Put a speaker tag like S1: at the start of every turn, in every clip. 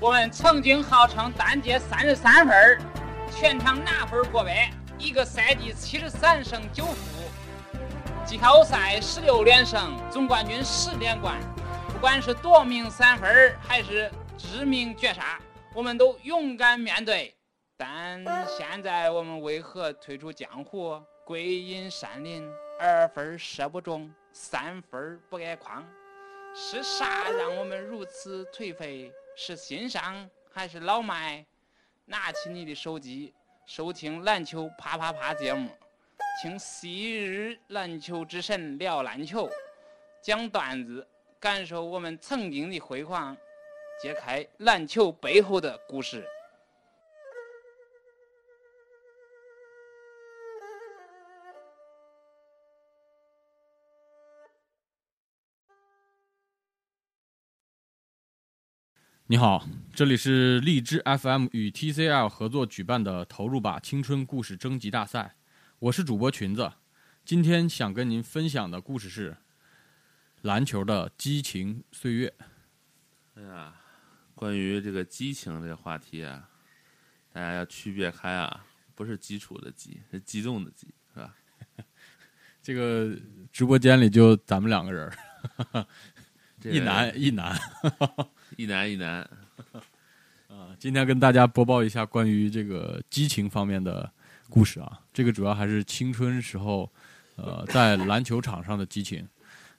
S1: 我们曾经号称单节三十三分儿，全场拿分过百，一个赛季七十三胜九负，季后赛十六连胜，总冠军十连冠。不管是夺命三分儿还是致命绝杀，我们都勇敢面对。但现在我们为何退出江湖，归隐山林？二分射不中，三分不挨框，是啥让我们如此颓废？是新伤还是老迈？拿起你的手机，收听篮球啪啪啪节目，听昔日篮球之神聊篮球，讲段子，感受我们曾经的辉煌，揭开篮球背后的故事。
S2: 你好，这里是荔枝 FM 与 TCL 合作举办的“投入吧青春故事征集大赛”，我是主播裙子。今天想跟您分享的故事是篮球的激情岁月。
S3: 哎呀，关于这个激情这个话题啊，大家要区别开啊，不是基础的激，是激动的激，是吧？
S2: 这个直播间里就咱们两个人儿，
S3: 这个
S2: 一男一男
S3: 一男一男，
S2: 啊。今天跟大家播报一下关于这个激情方面的故事啊。这个主要还是青春时候，呃，在篮球场上的激情。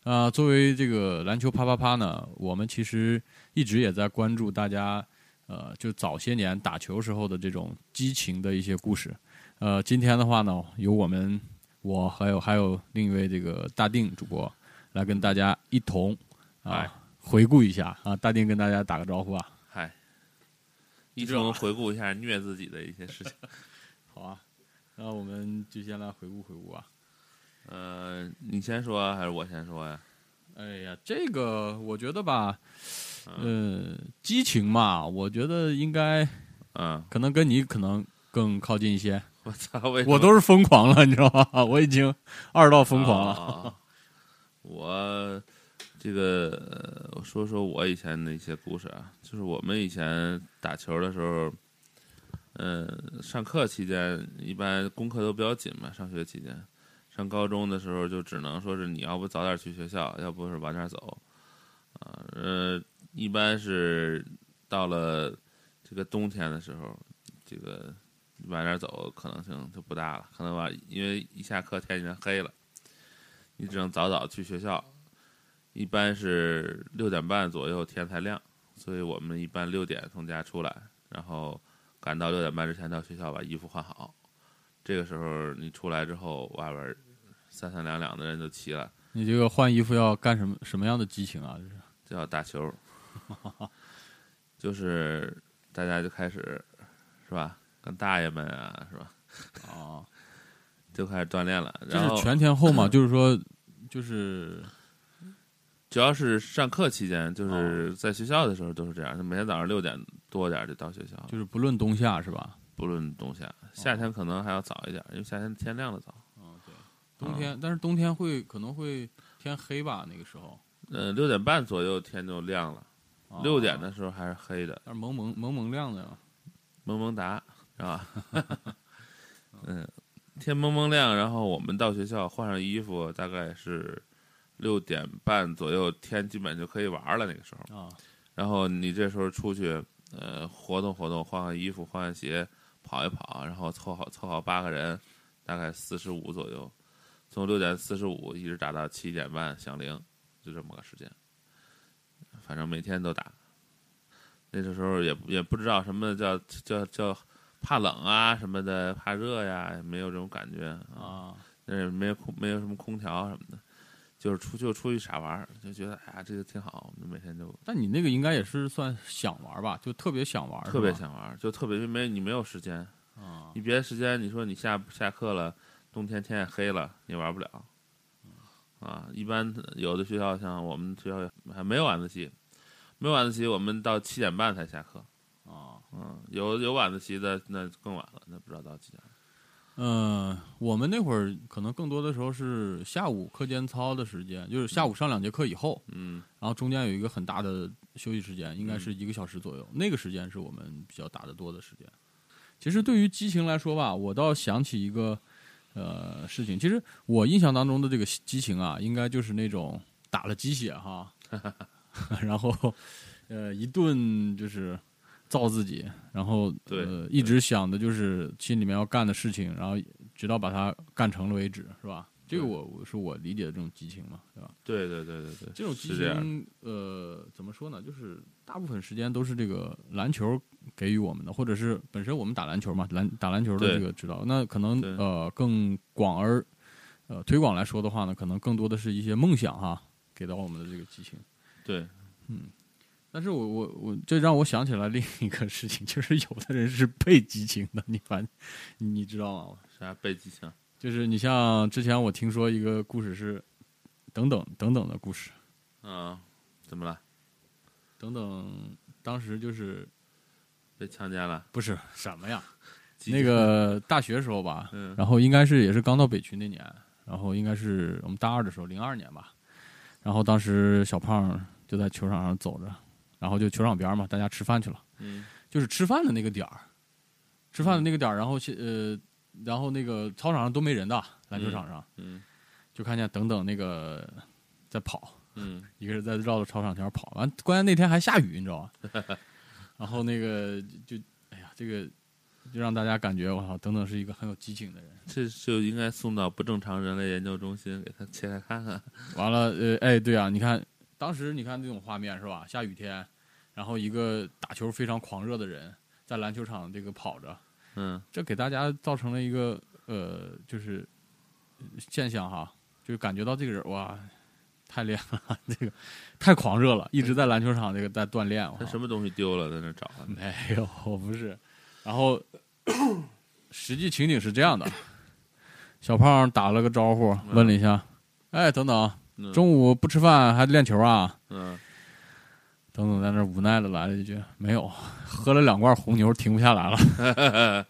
S2: 啊、作为这个篮球啪啪啪呢，我们其实一直也在关注大家，呃，就早些年打球时候的这种激情的一些故事。呃，今天的话呢，由我们我还有还有另一位这个大定主播来跟大家一同啊、
S3: 哎
S2: 回顾一下啊。大定跟大家打个招呼啊。
S3: 嗨，一同回顾一下虐自己的一 些事情。
S2: 好啊，那我们就先来回顾回顾啊。
S3: 呃，你先说啊还是我先说呀？
S2: 哎呀，这个我觉得吧，呃，激情嘛，我觉得应该
S3: 嗯，
S2: 可能跟你可能更靠近一些。
S3: 我操，为什么
S2: 我都是疯狂了， 你知道吗？我已经二到疯狂了。
S3: 啊啊啊我这个呃我说说我以前的一些故事啊，就是我们以前打球的时候，嗯、上课期间一般功课都比较紧嘛，上学期间，上高中的时候就只能说是你要不早点去学校，要不是晚点走，啊，呃，一般是到了这个冬天的时候，这个晚点走可能性就不大了，可能吧，因为一下课天已经黑了。你只能早早去学校，一般是六点半左右天才亮，所以我们一般六点从家出来，然后赶到六点半之前到学校把衣服换好。这个时候你出来之后，外边三三两两的人就齐了，
S2: 你这个换衣服要干什么什么样的激情啊？这是
S3: 就要打球，就是大家就开始是吧，跟大爷们啊是吧，
S2: 啊，
S3: 就开始锻炼了。
S2: 这
S3: 然后
S2: 是全天 候嘛？就是说，就是
S3: 主要是上课期间，就是在学校的时候都是这样，就每天早上六点多点儿就到学校，
S2: 就是不论冬夏是吧？
S3: 不论冬夏，夏天可能还要早一点，因为夏天天亮的早。
S2: 啊冬
S3: 啊
S2: 天，但是冬天会可能会天黑吧？那个时候
S3: 呃，六点半左右天就亮了，
S2: 啊
S3: 六点的时候还是黑的，
S2: 但是蒙蒙蒙蒙亮的呀。
S3: 蒙蒙达是吧？ 嗯，天蒙蒙亮，然后我们到学校换上衣服，大概是六点半左右，天基本就可以玩了那个时候。
S2: 啊，
S3: 然后你这时候出去，呃，活动活动，换换衣服，换换鞋，跑一跑，然后凑好凑好八个人，大概四十五左右，从六点四十五一直打到七点半响铃，就这么个时间。反正每天都打。那时候也不也不知道什么叫叫叫怕冷啊什么的，怕热呀，也没有这种感觉
S2: 啊，
S3: 那也没有空，没有什么空调什么的，就是出就出去傻玩儿，就觉得哎呀这个挺好，我们每天就
S2: 但你那个应该也是算想玩吧，就特别想玩，
S3: 特别
S2: 是吧
S3: 想玩儿，就特别因为没你没有时间，
S2: 啊，
S3: 你别的时间，你说你下下课了，冬天天也黑了，你玩不了。
S2: 嗯
S3: 啊，一般有的学校像我们学校还没有晚自习，没有晚自习，我们到七点半才下课。
S2: 啊，
S3: 嗯，有有晚自习的那更晚了，那不知道到几点。
S2: 嗯、嗯，我们那会儿可能更多的时候是下午课间操的时间，就是下午上两节课以后，
S3: 嗯
S2: 然后中间有一个很大的休息时间，应该是一个小时左右。那个时间是我们比较打得多的时间。其实对于激情来说吧，我倒想起一个呃事情。其实我印象当中的这个激情啊，应该就是那种打了鸡血 哈，然后呃一顿就是造自己，然后
S3: 对
S2: 呃一直想的就是心里面要干的事情，然后直到把它干成了为止，是吧？这个
S3: 对
S2: 我我是我理解的这种激情嘛，对吧？
S3: 对对对对对，
S2: 这种激
S3: 是这样的
S2: 情，呃，怎么说呢？就是大部分时间都是这个篮球给予我们的，或者是本身我们打篮球嘛，篮打篮球的
S3: 对
S2: 这个指导。那可能
S3: 对
S2: 呃更广而呃推广来说的话呢，可能更多的是一些梦想哈，给到我们的这个激情。
S3: 对，
S2: 但是我我我，这让我想起来另一个事情， 就是有的人是被激情的，你反你知道吗？
S3: 啥被激情？
S2: 就是你像之前我听说一个故事是等等等等的故事，
S3: 嗯，怎么了？
S2: 等等当时就是
S3: 被强奸了？
S2: 不是什么呀？
S3: 激
S2: 那
S3: 情，
S2: 个大学时候吧，
S3: 嗯
S2: 然后应该是也是刚到北区那年，然后应该是我们大二的时候，零二年吧。然后当时小胖就在球场上走着，然后就球场边儿嘛，大家吃饭去了，
S3: 嗯
S2: 就是吃饭的那个点儿，吃饭的那个点儿，然后去呃，然后那个操场上都没人的，篮球场上、
S3: 嗯
S2: 就看见等等那个在跑，
S3: 嗯，
S2: 一个人在绕着操场前跑，完，关键那天还下雨，你知道吧？ 然后那个就，哎呀，这个就让大家感觉我操，等等是一个很有激情的人。
S3: 这就应该送到不正常人类研究中心给他切开看看。
S2: 完了，呃，哎，对啊，你看当时你看那种画面是吧？下雨天，然后一个打球非常狂热的人在篮球场这个跑着，
S3: 嗯，
S2: 这给大家造成了一个呃，就是呃现象哈，就是感觉到这个人哇。太厉害了， 这个太狂热了，一直在篮球场这个在锻炼。我
S3: 他
S2: 靠
S3: 什么东西丢了，在那找 啊？
S2: 没有，不是。然后实际情景是这样的：小胖打了个招呼，问了一下：“哎，等等，
S3: 嗯
S2: 中午不吃饭还练球啊
S3: 嗯，？””
S2: 等等在那儿无奈的来了一句：“没有，喝了两罐红牛，停不下来了。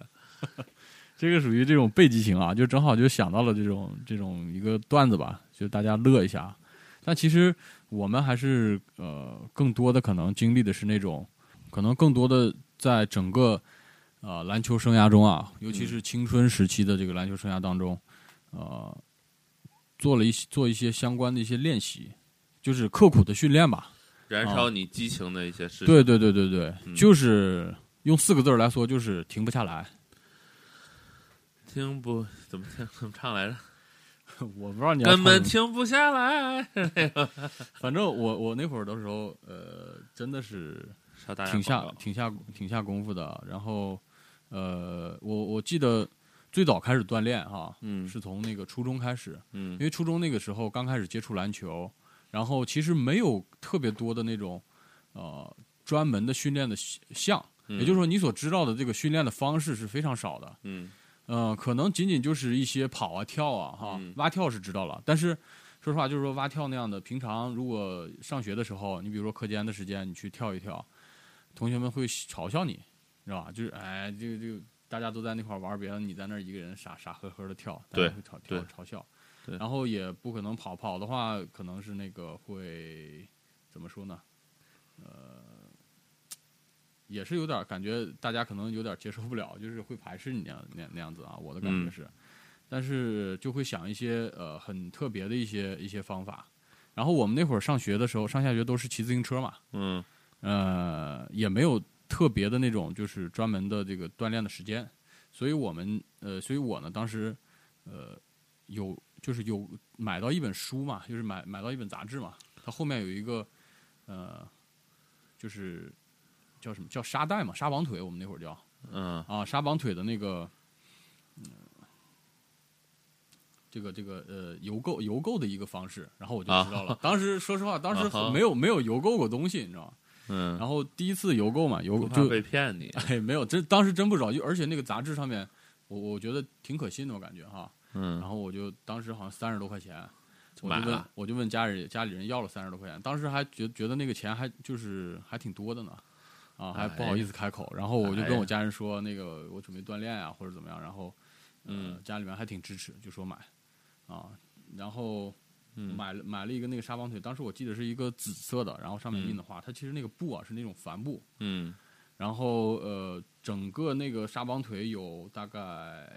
S2: 这个属于这种被激情啊，就正好就想到了这种这种一个段子吧，就大家乐一下。但其实我们还是呃，更多的可能经历的是那种，可能更多的在整个呃篮球生涯中啊，尤其是青春时期的这个篮球生涯当中，呃，做了一些做一些相关的一些练习，就是刻苦的训练吧。
S3: 燃烧你激情的一些事情。
S2: 对对对对对，
S3: 嗯
S2: 就是用四个字儿来说，就是停不下来。
S3: 听不怎么听怎么 唱来着？
S2: 我不知道你要唱
S3: 根
S2: 什
S3: 本
S2: 么
S3: 停不下来，
S2: 反正我我那会儿的时候，呃，真的是
S3: 少打点
S2: 挺下
S3: 广告
S2: 挺下挺下功夫的。然后，呃，我我记得最早开始锻炼哈，
S3: 嗯
S2: 是从那个初中开始，
S3: 嗯
S2: 因为初中那个时候刚开始接触篮球，然后其实没有特别多的那种呃专门的训练的项，
S3: 嗯
S2: 也就是说你所知道的这个训练的方式是非常少的。
S3: 嗯
S2: 嗯，可能仅仅就是一些跑啊、跳啊、哈、
S3: 嗯
S2: 蛙跳是知道了，但是说实话，就是说蛙跳那样的，平常如果上学的时候，你比如说课间的时间，你去跳一跳，同学们会嘲笑你，你知道吧？就是哎，这个这个大家都在那块儿玩别的，你在那儿一个人傻傻呵呵的跳，大家
S3: 对
S2: 会嘲
S3: 对
S2: 嘲嘲笑，
S3: 对
S2: 然后也不可能跑，跑的话可能是那个会怎么说呢？呃。也是有点儿感觉，大家可能有点儿接受不了，就是会排斥你那样那那样子啊，我的感觉
S3: 嗯
S2: 是，但是就会想一些呃很特别的一些一些方法。然后我们那会儿上学的时候，上下学都是骑自行车嘛，
S3: 嗯
S2: 呃，也没有特别的那种就是专门的这个锻炼的时间，所以我们呃，所以我呢当时呃有就是有买到一本书嘛，就是买买到一本杂志嘛，它后面有一个呃就是叫什么叫沙袋嘛，沙绑腿，我们那会儿叫
S3: 嗯
S2: 啊沙绑腿的那个。嗯这个这个呃邮购邮购的一个方式，然后我就知道了。当时说实话，当时
S3: 啊哈
S2: 没有没有邮购过东西，你知道吗？
S3: 嗯，
S2: 然后第一次邮购嘛，邮
S3: 不怕
S2: 就
S3: 被 骗你，
S2: 哎没有，真当时真不知道，就而且那个杂志上面，我我觉得挺可信的，我感觉哈。然
S3: 嗯，
S2: 后我就当时好像三十多块钱，
S3: 就
S2: 我
S3: 买
S2: 就问
S3: 了，
S2: 我就问家里家里人要了三十多块钱，当时还觉觉得那个钱还就是还挺多的呢，
S3: 哎
S2: 啊还不好意思开口。然后我就跟我家人说，那个我准备锻炼啊或者怎么样，然后嗯、
S3: 嗯
S2: 家里面还挺支持，就说买啊，然后
S3: 嗯
S2: 买了买了一个那个沙绑腿，当时我记得是一个紫色的，然后上面印的话，它其实那个布啊是那种帆布，
S3: 嗯
S2: 然后呃，整个那个沙绑腿有大概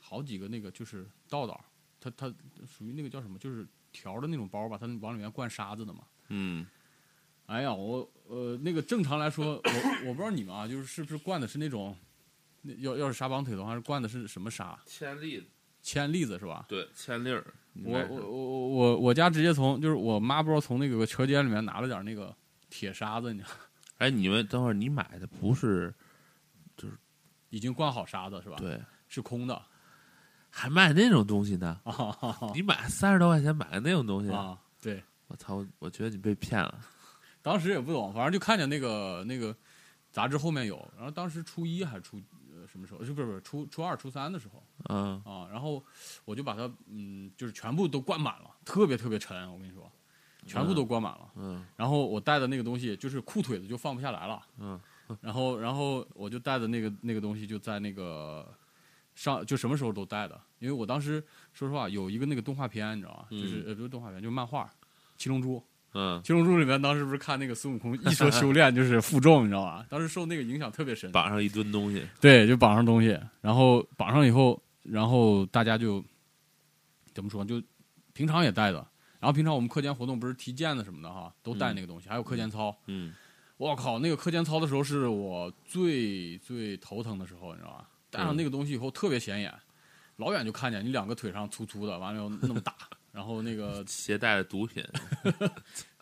S2: 好几个那个就是道道，它它属于那个叫什么，就是条的那种包吧，它往里面灌沙子的嘛。
S3: 嗯
S2: 哎呀，我呃，那个正常来说，我我不知道你们啊，就是是不是灌的是那种，那要要是沙绑腿的话，是灌的是什么沙？
S3: 千粒
S2: 铅粒子是吧？
S3: 对千粒儿，你
S2: 我
S3: 买
S2: 我
S3: 什么
S2: 我我我我家直接从就是我妈不知道从那个车间里面拿了点那个铁沙子，你知道，
S3: 哎，你们等会儿你买的不是
S2: 已经灌好沙子是吧？，
S3: 对，
S2: 是空的
S3: 还卖那种东 西呢？
S2: 啊
S3: 你买三十多块钱买的那种东西，
S2: 啊！对，
S3: 我操！我我觉得你被骗了。
S2: 当时也不懂，反正就看见那个那个杂志后面有，然后当时初一还是初呃什么时候？就不是不是初初二初三的时候
S3: 嗯
S2: 啊，然后我就把它嗯就是全部都灌满了，特别特别沉，我跟你说，全部都灌满了。
S3: 嗯
S2: 然后我带的那个东西就是裤腿子就放不下来了，
S3: 嗯，
S2: 然后然后我就带的那个那个东西就在那个上就什么时候都带的，因为我当时说实话有一个那个动画片你知道吗？就是、
S3: 嗯
S2: 呃不是动画片就是漫画《七龙珠》，
S3: 嗯
S2: 《七龙珠》里面当时不是看那个孙悟空一说修炼就是负重，你知道吧？当时受那个影响特别深。
S3: 绑上一吨东西，
S2: 对，就绑上东西，然后绑上以后，然后大家就怎么说，就平常也带的。然后平常我们课间活动不是踢毽子什么的哈，都带那个东西，还有课间操。
S3: 嗯
S2: 我靠，那个课间操的时候是我最最头疼的时候，你知道吧？戴上那个东西以后特别显眼，老远就看见你两个腿上粗粗的，完了又那么大，然后那个
S3: 携带的毒品，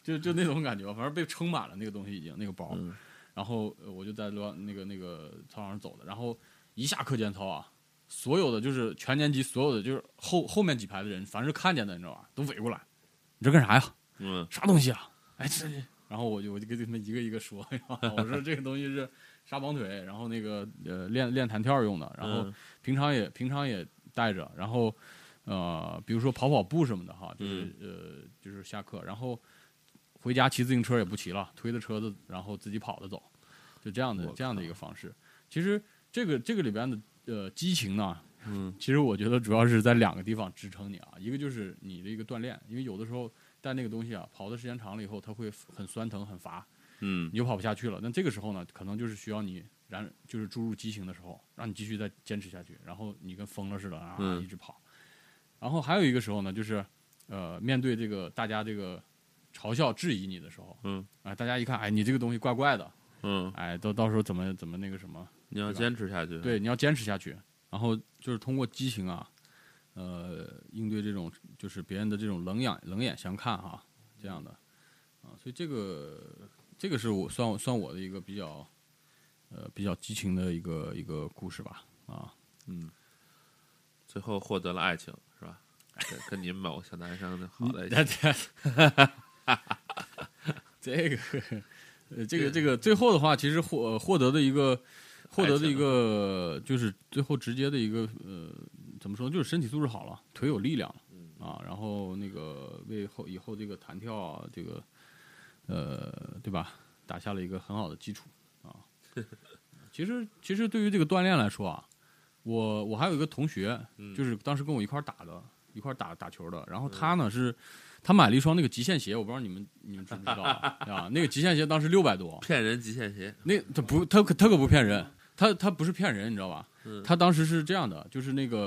S2: 就就那种感觉，反正被撑满了那个东西已经那个包。
S3: 嗯
S2: 然后呃我就在乱那个那个操场上走的，然后一下课间操啊，所有的就是全年级所有的就是后后面几排的人，凡是看见的你知道吧，都围过来，你这干啥呀？
S3: 嗯
S2: 啥东西啊？哎，这 这然后我就我就跟他们一个一个说， 然后我说这个东西是沙绑腿，然后那个呃练练弹跳用的，然后
S3: 嗯
S2: 平常也平常也带着，然后呃比如说跑跑步什么的哈，
S3: 嗯
S2: 就是、呃就是下课，然后回家骑自行车也不骑了，推着车子然后自己跑着走，就这样的
S3: 我靠
S2: 这样的一个方式。其实这个这个里边的呃激情呢，
S3: 嗯
S2: 其实我觉得主要是在两个地方支撑你啊，一个就是你的一个锻炼，因为有的时候带那个东西啊，跑的时间长了以后，它会很酸疼、很乏，
S3: 嗯
S2: 你就跑不下去了。那这个时候呢，可能就是需要你燃，就是注入激情的时候，让你继续再坚持下去，然后你跟疯了似的啊，
S3: 嗯
S2: 一直跑。然后还有一个时候呢，就是呃，面对这个大家这个嘲笑、质疑你的时候，
S3: 嗯
S2: 啊、大家一看，哎，你这个东西怪怪的，
S3: 嗯，
S2: 哎，到到时候怎么怎么那个什么，
S3: 你要坚持下去。，
S2: 对，你要坚持下去，然后就是通过激情啊，呃，应对这种就是别人的这种冷眼冷眼相看哈、这样的啊，所以这个这个是我算我算我的一个比较呃比较激情的一个一个故事吧啊，
S3: 嗯，最后获得了爱情，是吧？跟跟你们某个小男生的好在一起。
S2: 这个呃这个这个最后的话，其实获呃获得的一个获得的一个就是最后直接的一个呃怎么说呢，就是身体素质好了，腿有力量了啊，然后那个为后以后这个弹跳啊，这个呃对吧，打下了一个很好的基础啊。其实其实对于这个锻炼来说啊，我我还有一个同学，就是当时跟我一块儿打的，一块儿打打球的，然后他呢是。他买了一双那个极限鞋，我不知道你们你们知不知道啊？ 啊那个极限鞋当时六百多，
S3: 骗人极限鞋，
S2: 那他不，他可他可不骗人，他他不是骗人，你知道吧？
S3: 嗯
S2: 他当时是这样的，就是那个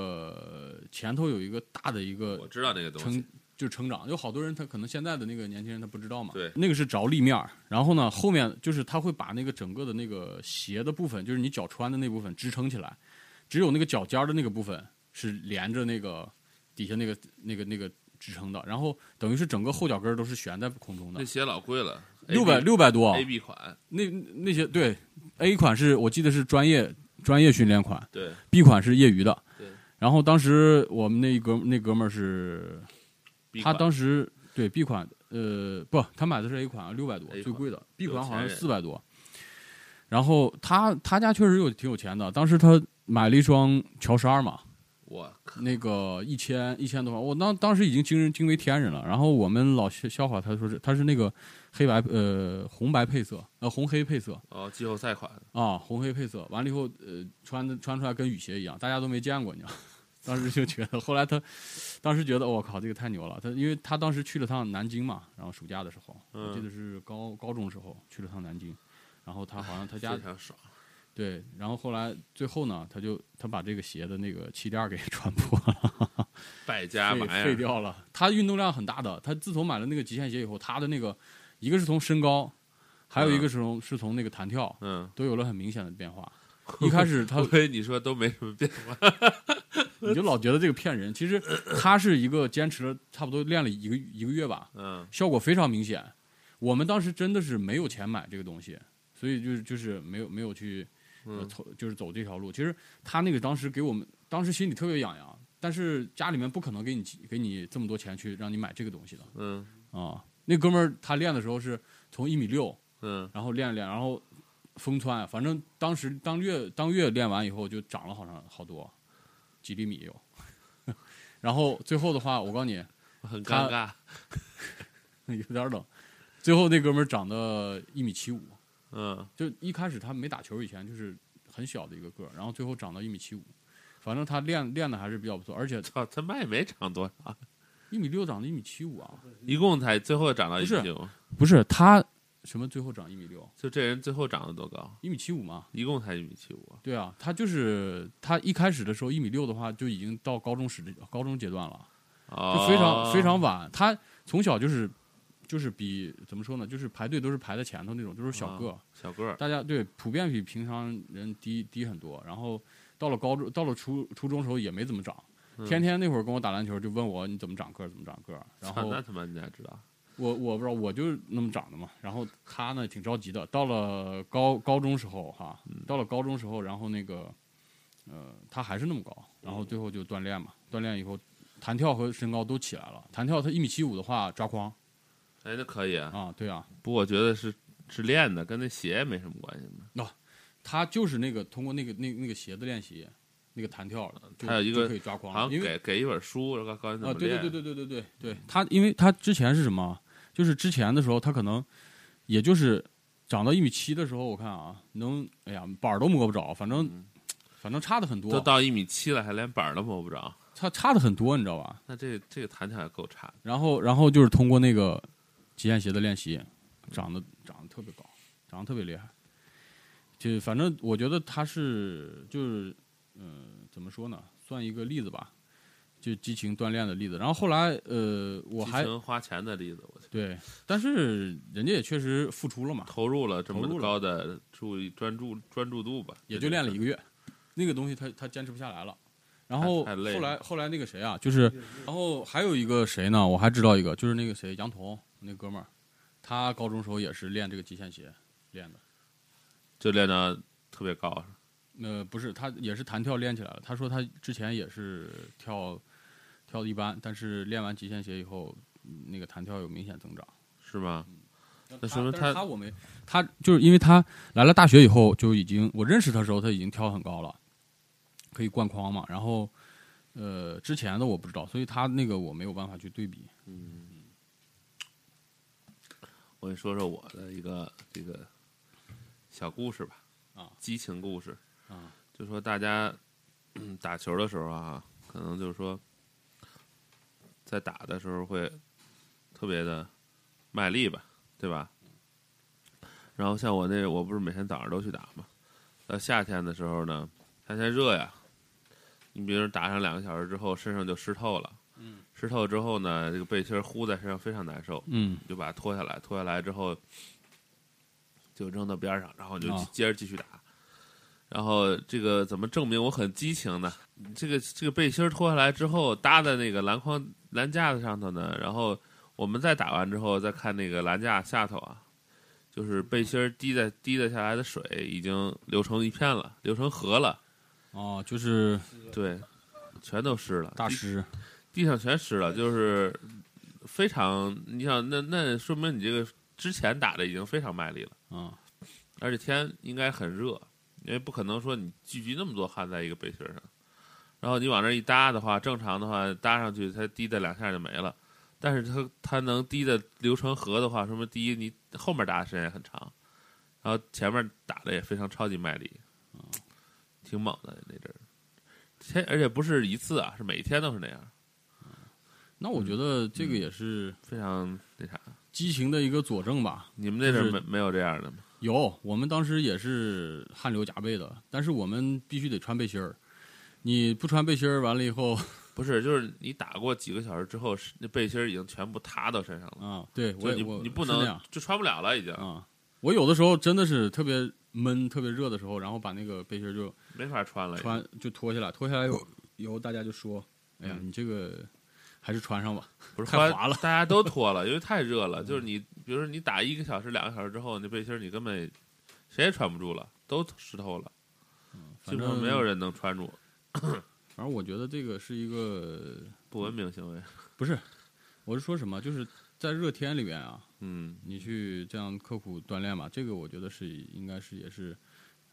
S2: 呃前头有一个大的一
S3: 我
S2: 个
S3: 知道这个东
S2: 成
S3: 西。，
S2: 就成长，有好多人他可能现在的那个年轻人他不知道嘛。
S3: 对
S2: 那个是着力面儿，然后呢后面就是他会把那个整个的那个鞋的部分，就是你脚穿的那部分支撑起来，只有那个脚尖儿的那个部分是连着那个底下那个那个那个支撑的，然后等于是整个后脚跟儿都是悬在空中
S3: 那
S2: 的。
S3: 鞋老贵了，
S2: 六百六百多
S3: A B 款，
S2: 那那些对 A 款是我记得是专业专业训练款
S3: 对，
S2: ，B 款是业余的。
S3: 对。
S2: 然后当时我们那哥那哥们儿是，
S3: B
S2: 他
S3: 款
S2: 当时对 B 款，呃，不，他买的是 A 款，六百多
S3: A 款
S2: 最贵的，B 款好像
S3: 有
S2: 是
S3: 钱
S2: 四百多。然后他他家确实有挺有钱的，当时他买了一双乔十二嘛，
S3: 我靠，
S2: 那个一千一千多块，我当当时已经惊人惊为天人了。然后我们老笑笑话他说是他是那个黑白呃红白配色呃红黑配色，
S3: 哦，季后赛款，
S2: 啊，红黑配色，完了以后，呃，穿的穿出来跟雨鞋一样，大家都没见过，你知道吗？ 当时就觉得，后来他当时觉得我靠，这个太牛了。他因为他当时去了趟南京嘛，然后暑假的时候，
S3: 嗯
S2: 我记得是高高中时候去了趟南京，然后他好 像他家
S3: 非常爽。
S2: 对，然后后来最后呢，他就他把这个鞋的那个气垫儿给 穿破了，
S3: 败家
S2: 废
S3: 玩意
S2: 废
S3: 儿，
S2: 掉了。他运动量很大的，他自从买了那个极限鞋以后，他的那个一个是从身高，还有一个是从、是从那个弹跳
S3: 嗯，
S2: 都有了很明显的变化。一开始他
S3: 我跟你说都没什么变化，
S2: 你就老觉得这个骗人，其实他是一个坚持了差不多练了一个一个月吧，
S3: 嗯
S2: 效果非常明显。我们当时真的是没有钱买这个东西，所以就是就是没有没有去呃
S3: 嗯
S2: 走、就是走这条路。其实他那个当时给我们当时心里特别痒痒，但是家里面不可能给你给你这么多钱去让你买这个东西的
S3: 嗯
S2: 啊。那哥们儿他练的时候是从一米六，
S3: 嗯，
S2: 然后练了练，然后疯窜，反正当时当月当月练完以后就长了好长好多，几厘米有。 然后最后的话，我告诉你，
S3: 很
S2: 他
S3: 尴尬，
S2: 有点冷。最后那哥们儿长得一米七五，
S3: 嗯
S2: 就一开始他没打球以前就是很小的一个个儿，然后最后长到一米七五。反正他练练的还是比较不错，而且
S3: 操，他妈也没长多少，
S2: 一米六长到一米七五啊，
S3: 一共才最后长到一
S2: 不是
S3: 米九，
S2: 不是他什么最后长一米六，
S3: 就这人最后长得多高？
S2: 一米七五嘛，
S3: 一共才一米七五，
S2: 对啊，他就是他一开始的时候一米六的话就已经到高中时高中阶段了，
S3: 哦
S2: 就非常非常晚。他从小就是就是比怎么说呢，就是排队都是排在前头那种，就是小个儿，
S3: 小个儿，
S2: 大家对普遍比平常人低低很多。然后到了高中，到了初初中时候也没怎么长，
S3: 嗯
S2: 天天那会儿跟我打篮球就问我你怎么长个儿，怎么长个儿。然
S3: 操
S2: 后
S3: 那他妈你咋知道？
S2: 我我不知道，我就是那么长的嘛。然后他呢挺着急的，到了高高中时候哈，
S3: 嗯
S2: 到了高中时候，然后那个呃他还是那么高，然
S3: 嗯
S2: 后最后就锻炼嘛，锻炼以后弹跳和身高都起来了。弹跳他一米七五的话抓框
S3: 哎，那可以啊，
S2: 啊，对啊，
S3: 不过我觉得是是练的，跟那鞋没什么关系嘛。
S2: 他就是那个通过那个那那个鞋子练习，那个弹跳就
S3: 呃还有一个
S2: 就可以抓
S3: 好像
S2: 框，因为
S3: 给给一本书，然后告诉你怎
S2: 啊，
S3: 么
S2: 对
S3: 练。
S2: 对对对对对对对，他因为他之前是什么？就是之前的时候，他可能也就是长到一米七的时候，我看啊，能哎呀板儿都摸不着，反正、
S3: 嗯
S2: 反正差的很
S3: 都
S2: 多，
S3: 到一米七了，还连板儿都摸不着，
S2: 差差的很多，你知道吧？
S3: 那这这个弹跳也够差的。
S2: 然后然后就是通过那个极限鞋的练习，长得长得特别高，长得特别厉害。就反正我觉得他是就是嗯、怎么说呢，算一个例子吧，就激情锻炼的例子。然后后来呃，我
S3: 激
S2: 还
S3: 情花钱的例子，我去
S2: 对，但是人家也确实付出了嘛，
S3: 投入了这
S2: 投入
S3: 么
S2: 了
S3: 高的注意专注专注度吧，
S2: 也就练了一
S3: 个。
S2: 个月，那个东西他他坚持不下来了。然后
S3: 太太累
S2: 后来
S3: 了
S2: 后来那个谁啊，就是，然后还有一个谁呢？我还知道一个，就是那个谁杨彤那哥们儿，他高中时候也是练这个极限鞋练的。
S3: 就练到特别高，
S2: 呃，不是，他也是弹跳练起来了。他说他之前也是跳跳的一般，但是练完极限鞋以后，嗯那个弹跳有明显增长。
S3: 是吗？那
S2: 但
S3: 说明
S2: 但
S3: 他
S2: 是他我没他就是因为他来了大学以后就已经我认识他的时候他已经跳很高了，可以灌筐嘛。然后呃之前的我不知道，所以他那个我没有办法去对比。
S3: 嗯我跟你说说我的一个这个小故事吧，
S2: 啊，
S3: 激情故事
S2: 啊，
S3: 就说大家嗯打球的时候啊，可能就是说在打的时候会特别的卖力吧，对吧？然后像我那，我不是每天早上都去打嘛，到夏天的时候呢，夏天热呀，你比如说打上两个小时之后，身上就湿透了，嗯，湿透之后呢，这个背心儿呼在身上非常难受，
S2: 嗯
S3: 就把它脱下来，脱下来之后就扔到边儿上，然后就
S2: 啊
S3: 接着继续打。然后这个怎么证明我很激情呢？这个这个背心儿脱下来之后搭在那个篮筐篮架子上头呢，然后我们再打完之后再看那个篮架下头啊，就是背心儿滴在滴在下来的水已经流成一片了，流成河了，
S2: 哦，就是
S3: 对，全都湿了，
S2: 大
S3: 滴
S2: 师啊
S3: 地上全湿了，就是非常，你想那那说明你这个之前打的已经非常卖力了，
S2: 啊
S3: 而且天应该很热，因为不可能说你聚集那么多汗在一个背心上，然后你往那一搭的话，正常的话搭上去它滴的两下就没了，但是它它能滴的流成河的话，说明第一你后面打的时间也很长，然后前面打的也非常超级卖力，挺猛的那阵儿。天，而且不是一次啊，是每天都是那样，
S2: 那我觉得
S3: 嗯
S2: 这个也是
S3: 非常那啥。
S2: 激情的一个佐证吧。
S3: 你们那阵儿
S2: 就
S3: 没没有这样的吗？
S2: 有，我们当时也是汗流浃背的，但是我们必须得穿背心儿。你不穿背心儿，完了以后
S3: 不是，就是你打过几个小时之后，是那背心儿已经全部塌到身上了，
S2: 啊，对
S3: 就
S2: 我
S3: 你
S2: 我
S3: 你不
S2: 是那样
S3: 能就穿不了了，已经
S2: 啊。我有的时候真的是特别闷、特别热的时候，然后把那个背心儿就
S3: 没法穿了。已经
S2: 穿就脱下来，脱下来以后，以后大家就说：“哎呀，
S3: 嗯
S2: 你这个还是穿上吧。
S3: 不是
S2: 太
S3: 后来
S2: 滑了嗯
S3: 大家都脱了，因为太热了。就是你，比如说你打一个小时、两个小时之后，那背心儿你根本谁也穿不住了，都湿透了，”基
S2: 反
S3: 本上
S2: 正
S3: 没有，人能穿住。
S2: 反正我觉得这个是一个，
S3: 不文明行为，
S2: 我是说什么，就是在热天里边啊，
S3: 嗯，
S2: 你去这样刻苦锻炼吧，这个我觉得是应该是也是，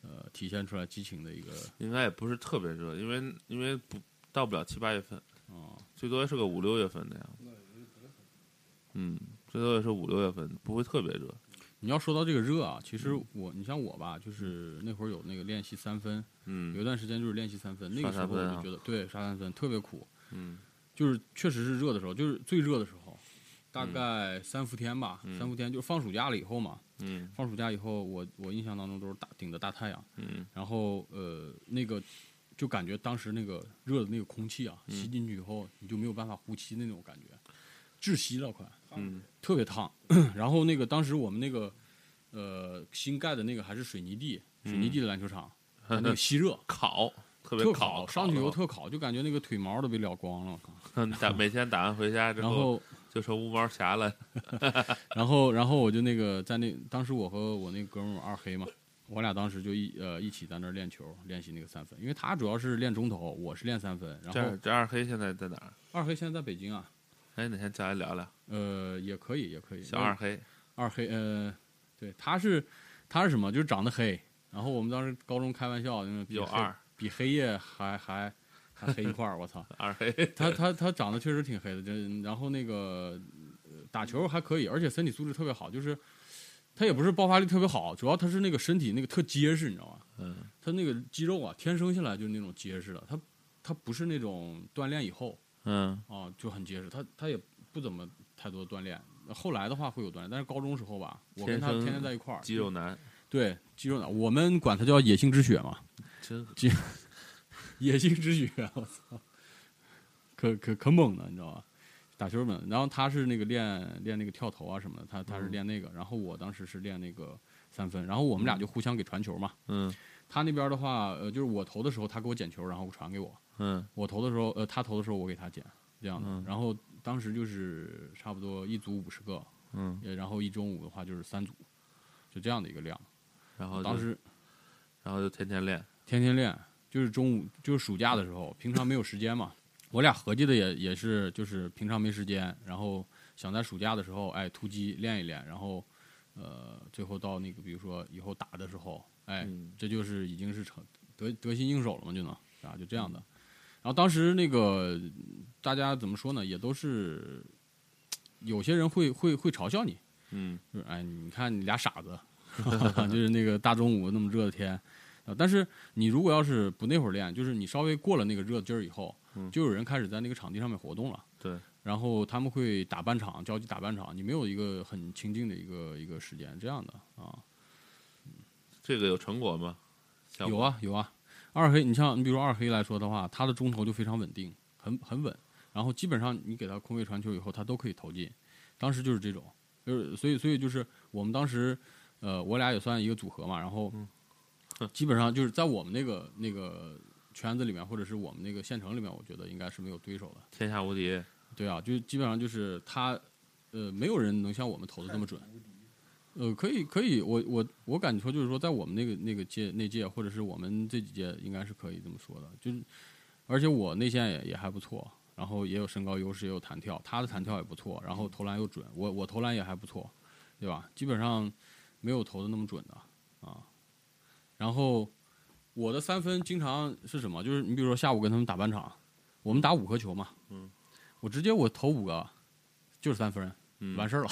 S2: 呃，体现出来激情的一个
S3: 应该也不是特别热，因为因为不到不了七八月份，
S2: 啊、
S3: 最多是个五六月份那样。嗯，最多也是五六月份，不会特别热。
S2: 你要说到这个热啊，其实我你像我吧，就是那会儿有那个练习三分，有一
S3: 嗯
S2: 段时间就是练习三分，那个
S3: 刷
S2: 时
S3: 三
S2: 候我
S3: 分啊
S2: 就觉得对杀三分特别苦，
S3: 嗯
S2: 就是确实是热的时候，就是最热的时候，大概三伏天吧，
S3: 嗯
S2: 三伏天就是放暑假了以后嘛，
S3: 嗯
S2: 放暑假以后我我印象当中都是大顶着大太阳，
S3: 嗯
S2: 然后呃那个就感觉当时那个热的那个空气啊，
S3: 嗯
S2: 吸进去以后你就没有办法呼吸那种感觉，窒息了快，
S3: 嗯
S2: 特别烫。 然后那个当时我们那个呃新盖的那个还是水泥地，
S3: 嗯。
S2: 水泥地的篮球场，它那个吸热
S3: 烤，特别
S2: 特
S3: 烤，
S2: 上去以后
S3: 油
S2: 特烤，就感觉那个腿毛都被燎光了。我靠
S3: 打每天打完回家之
S2: 然后，
S3: 就成无毛侠了。
S2: 然后，然后我就那个在那，当时我和我那哥们儿二黑嘛，我俩当时就一呃一起在那儿练球，练习那个三分，因为他主要是练中投，我是练三分。然
S3: 这
S2: 后
S3: 样这二黑现在在哪儿？
S2: 二黑现在在北京啊，
S3: 哎，哪天叫来聊聊？
S2: 呃，也可以，也可以。
S3: 小二黑，
S2: 二黑，呃，对，他是他是什么？就是长得黑。然后我们当时高中开玩笑，就是比
S3: 有
S2: 黑
S3: 二
S2: 比黑夜还还还黑一块儿，我操！
S3: 二黑，
S2: 他他他长得确实挺黑的，这然后那个呃打球还可以，而且身体素质特别好，就是他也不是爆发力特别好，主要他是那个身体那个特结实，你知道吗？
S3: 嗯
S2: 他那个肌肉啊，天生下来就是那种结实的，他他不是那种锻炼以后
S3: 嗯
S2: 啊就很结实，他他也不怎么太多锻炼。后来的话会有锻炼，但是高中时候吧，我跟他
S3: 天生
S2: 天天在一块儿，
S3: 肌肉男，
S2: 对肌肉男，我们管它叫野性之血嘛，
S3: 真
S2: 野性之血，我操，可可可猛了，你知道吧？打球猛。然后他是那个练练那个跳投啊什么的，他他是
S3: 嗯
S2: 练那个，然后我当时是练那个三分，然后我们俩就互相给传球嘛。
S3: 嗯
S2: 他那边的话，呃，就是我投的时候他给我捡球，然后传给我；
S3: 嗯
S2: 我投的时候，呃，他投的时候我给他捡，这样的。
S3: 嗯
S2: 然后当时就是差不多一组五十个，
S3: 嗯，
S2: 呃然后一中午的话就是三组，就这样的一个量。
S3: 然哦后就
S2: 当时
S3: 然后就天天练，
S2: 天天练，就是中午就是暑假的时候，平常没有时间嘛。我俩合计的也也是，就是平常没时间，然后想在暑假的时候，哎，突击练一练，然后，呃，最后到那个，比如说以后打的时候，哎，
S3: 嗯
S2: 这就是已经是成得得心应手了嘛，就能啊，就这样的。然后当时那个大家怎么说呢，也都是有些人会会会嘲笑你，
S3: 嗯
S2: 就是哎，你看你俩傻子， 就是那个大中午那么热的天，啊，但是你如果要是不那会儿练，就是你稍微过了那个热劲儿以后，
S3: 嗯
S2: 就有人开始在那个场地上面活动了。
S3: 对，
S2: 然后他们会打半场，交集打半场，你没有一个很清静的一个一个时间，这样的啊，
S3: 这个有成果吗？效
S2: 有
S3: 果，
S2: 啊有啊。二黑，你像你比如说二黑来说的话，他的中投就非常稳定，很很稳，然后基本上你给他空位传球以后，他都可以投进。当时就是这种，就是所以所以就是我们当时，呃，我俩也算一个组合嘛，然后
S3: 嗯哼
S2: 基本上就是在我们那个那个圈子里面，或者是我们那个县城里面，我觉得应该是没有对手的。
S3: 天下无敌，
S2: 对啊，就基本上就是他，呃，没有人能像我们投的这么准。呃，可以，可以，我我我敢说，就是说，在我们那个那个届那届，或者是我们这几届，应该是可以这么说的。就是，而且我内线也也还不错，然后也有身高优势，也有弹跳，他的弹跳也不错，然后投篮又准，我我投篮也还不错，对吧？基本上没有投的那么准的啊。然后我的三分经常是什么？就是你比如说下午跟他们打半场，我们打五颗球嘛，我直接我投五个，就是三分，
S3: 嗯，
S2: 完事儿了，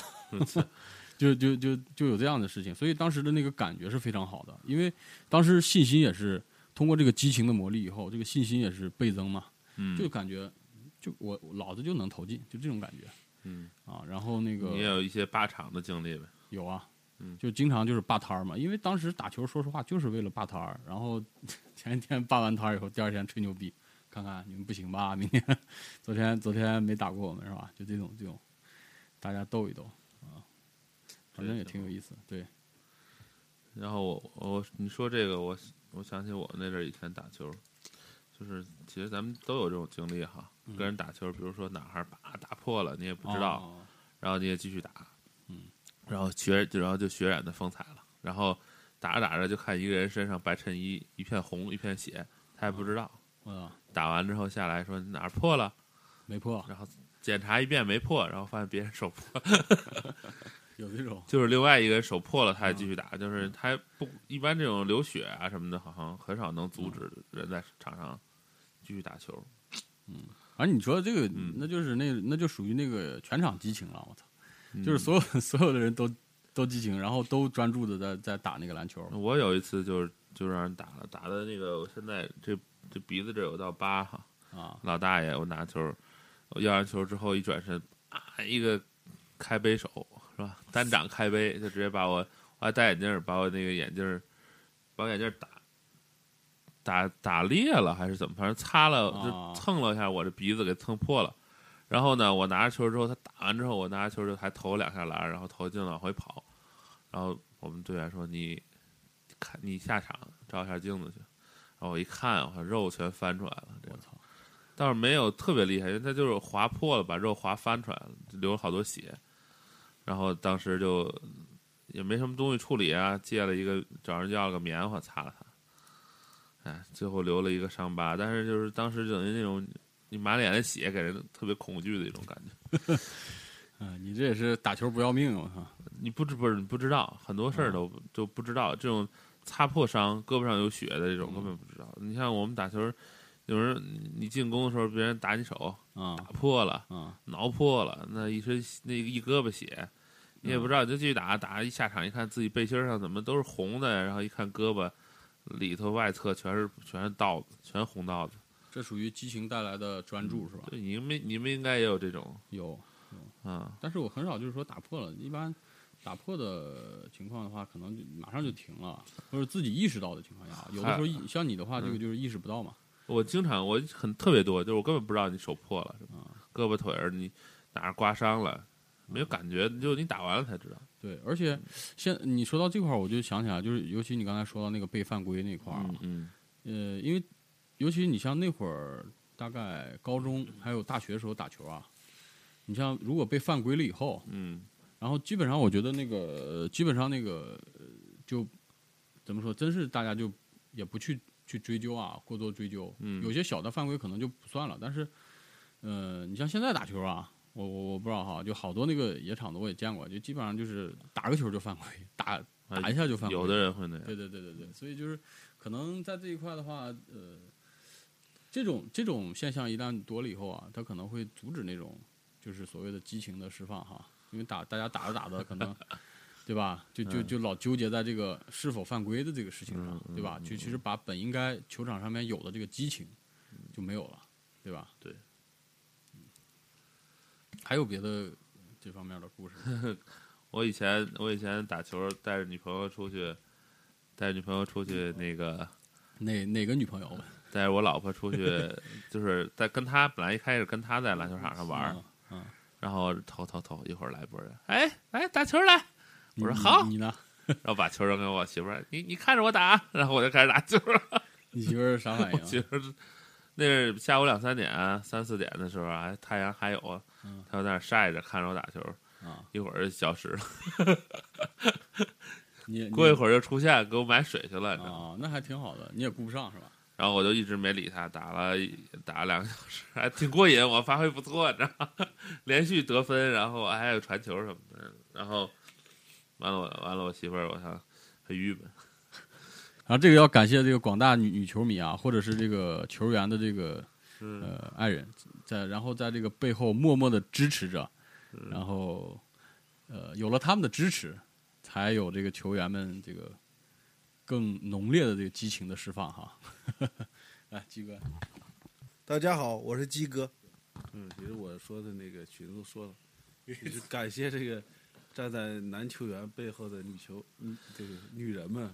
S2: 就就就就有这样的事情，所以当时的那个感觉是非常好的，因为当时信心也是通过这个激情的磨砺以后，这个信心也是倍增嘛，
S3: 嗯，
S2: 就感觉就我我老子就能投进，就这种感觉
S3: 嗯，
S2: 啊。然后那个
S3: 你也有一些霸场的经历呗？
S2: 有啊，
S3: 嗯
S2: 就经常就是霸摊儿嘛，因为当时打球，说实话就是为了霸摊儿，然后 前一天霸完摊儿以后，第二天吹牛逼，看看你们不行吧，明天，昨天昨天没打过我们是吧？就这种这种，大家斗一斗啊，反正也挺有意思，对，
S3: 然后我我你说这个，我我想起我那阵儿以前打球，就是其实咱们都有这种经历哈，跟人打球，比如说哪儿啪打破了，你也不知道，
S2: 嗯哦
S3: 然后你也继续打，
S2: 嗯，
S3: 然后血然后就血染的风采了，然后打着打着就看一个人身上白衬衣一片红一片血，他也不
S2: 哦
S3: 知道，
S2: 我操，
S3: 打完之后下来说你哪儿破了，
S2: 没破，
S3: 然后检查一遍没破，然后发现别人手破，
S2: 有这种
S3: 就是另外一个人手破了，他也
S2: 嗯
S3: 继续打，就是他不一般这种流血啊什么的，好像很少能
S2: 嗯
S3: 阻止人在场上继续打球，
S2: 而你说这个，
S3: 嗯
S2: 那就是那那就属于那个全场激情了，我操，就是
S3: 所
S2: 所有 所有的人都都激情，然后都专注的在在打那个篮球，
S3: 我有一次就是就让人打了，打的那个我现在这这鼻子这有道疤哈。
S2: 啊，
S3: 老大爷，我拿球，我要完球之后一转身，啊，一个开杯手是吧？单掌开杯，就直接把我，我还戴眼镜儿，把我那个眼镜儿，把我眼镜儿打打打裂了还是怎么？反正擦了
S2: 啊
S3: 就蹭了一下，我这鼻子给蹭破了。然后呢，我拿着球之后，他打完之后，我拿着球就还投两下篮，然后投进了，往回跑。然后我们队员说：“你看，你下场照一下镜子去。”然后我一看，我肉全翻出来了，这个
S2: 我操，
S3: 倒是没有特别厉害，因为它就是划破了，把肉划翻出来了，就流了好多血。然后当时就也没什么东西处理啊，借了一个找人要了个棉花擦了擦，哎，最后留了一个伤疤。但是就是当时等于那种你满脸的血，给人特别恐惧的一种感觉。
S2: 嗯，你这也是打球不要命，我操。
S3: 你不知不是你不知道很多事儿都都不知道，这种擦破伤、胳膊上有血的这种根本不知道。你像我们打球，有人你进攻的时候，别人打你手
S2: 啊
S3: 打破了。
S2: 啊
S3: 挠破了，那一身那一胳膊血，你也不知道，就继续打，打一下场一看自己背心儿上怎么都是红的，然后一看胳膊里头外侧全是全是道子，全是红道子，
S2: 这属于激情带来的专注是吧？
S3: 嗯对，你们你们应该也有这种
S2: 有，
S3: 啊，
S2: 但是我很少就是说打破了，一般打破的情况的话，可能就马上就停了，或者自己意识到的情况
S3: 哎
S2: 下，有的时候意像你的
S3: 嗯
S2: 话，这个就是意识不到嘛。
S3: 我经常我很特别多，就是我根本不知道你手破了什么，
S2: 嗯
S3: 胳膊腿儿你哪儿刮伤了，没有感觉，就你打完了才知道，
S2: 对，而且现你说到这块儿，我就想起来，就是尤其你刚才说到那个被犯规那块儿啊，
S3: 嗯嗯
S2: 呃，因为尤其你像那会儿大概高中还有大学的时候打球啊，你像如果被犯规了以后，
S3: 嗯
S2: 然后基本上我觉得那个呃基本上那个呃就怎么说，真是大家就也不去去追究啊，过多追究。
S3: 嗯
S2: 有些小的犯规可能就不算了，但是，呃，你像现在打球啊，我我我不知道哈，就好多那个野场子我也见过，就基本上就是打个球就犯规，打
S3: 啊
S2: 打一下就犯规。
S3: 有的人会那样，
S2: 对对对对对，所以就是可能在这一块的话，呃，这种这种现象一旦多了以后啊，它可能会阻止那种就是所谓的激情的释放哈，因为打大家打着打着可 能。对吧？就
S3: 嗯
S2: 就就老纠结在这个是否犯规的这个事情上，对
S3: 嗯
S2: 吧？就其实把本应该球场上面有的这个激情就没有了，对吧？
S3: 对
S2: 嗯。还有别的这方面的故事吗？
S3: 我以前我以前打球带着女朋友出去，带着女朋友出去那个。
S2: 哪哪个女朋友？
S3: 带着我老婆出去， 就是在跟她本来一开始跟她在篮球场上玩儿
S2: 嗯，嗯
S3: 然后投投投，一会儿来波人，哎来打球来，我说
S2: 你
S3: 好
S2: 你呢？
S3: 然后把球扔给我媳妇儿，你你看着我打，啊然后我就开始打球了。
S2: 你媳妇儿啥反应
S3: 我
S2: 啊？
S3: 媳妇儿那是下午两三点、三四点的时候啊，太阳还有啊
S2: 嗯，
S3: 她就在那儿晒着看着我打球，
S2: 啊，
S3: 一会儿就消失了，
S2: 你
S3: 过一
S2: 儿
S3: 会儿就出现给我买水去了，你知道吗
S2: 啊，那还挺好的，你也顾不上是吧？
S3: 然后我就一直没理他，打了一打了两个小时，还挺过瘾，我发挥不错，你知道吗？ 连续得分，然后还有传球什么的，然后完了我完了我媳妇儿，我操，很郁闷。
S2: 然后这个要感谢这个广大女女球迷啊，或者是这个球员的这个
S3: 嗯，
S2: 呃爱人，在然后在这个背后默默的支持着，然后呃有了他们的支持，才有这个球员们这个更浓烈的这个激情的释放哈。 来，鸡哥，
S4: 大家好，我是鸡哥。
S5: 嗯，其实我说的那个群都说 了，就是感谢这个站在男球员背后的女球，嗯，这个女人们，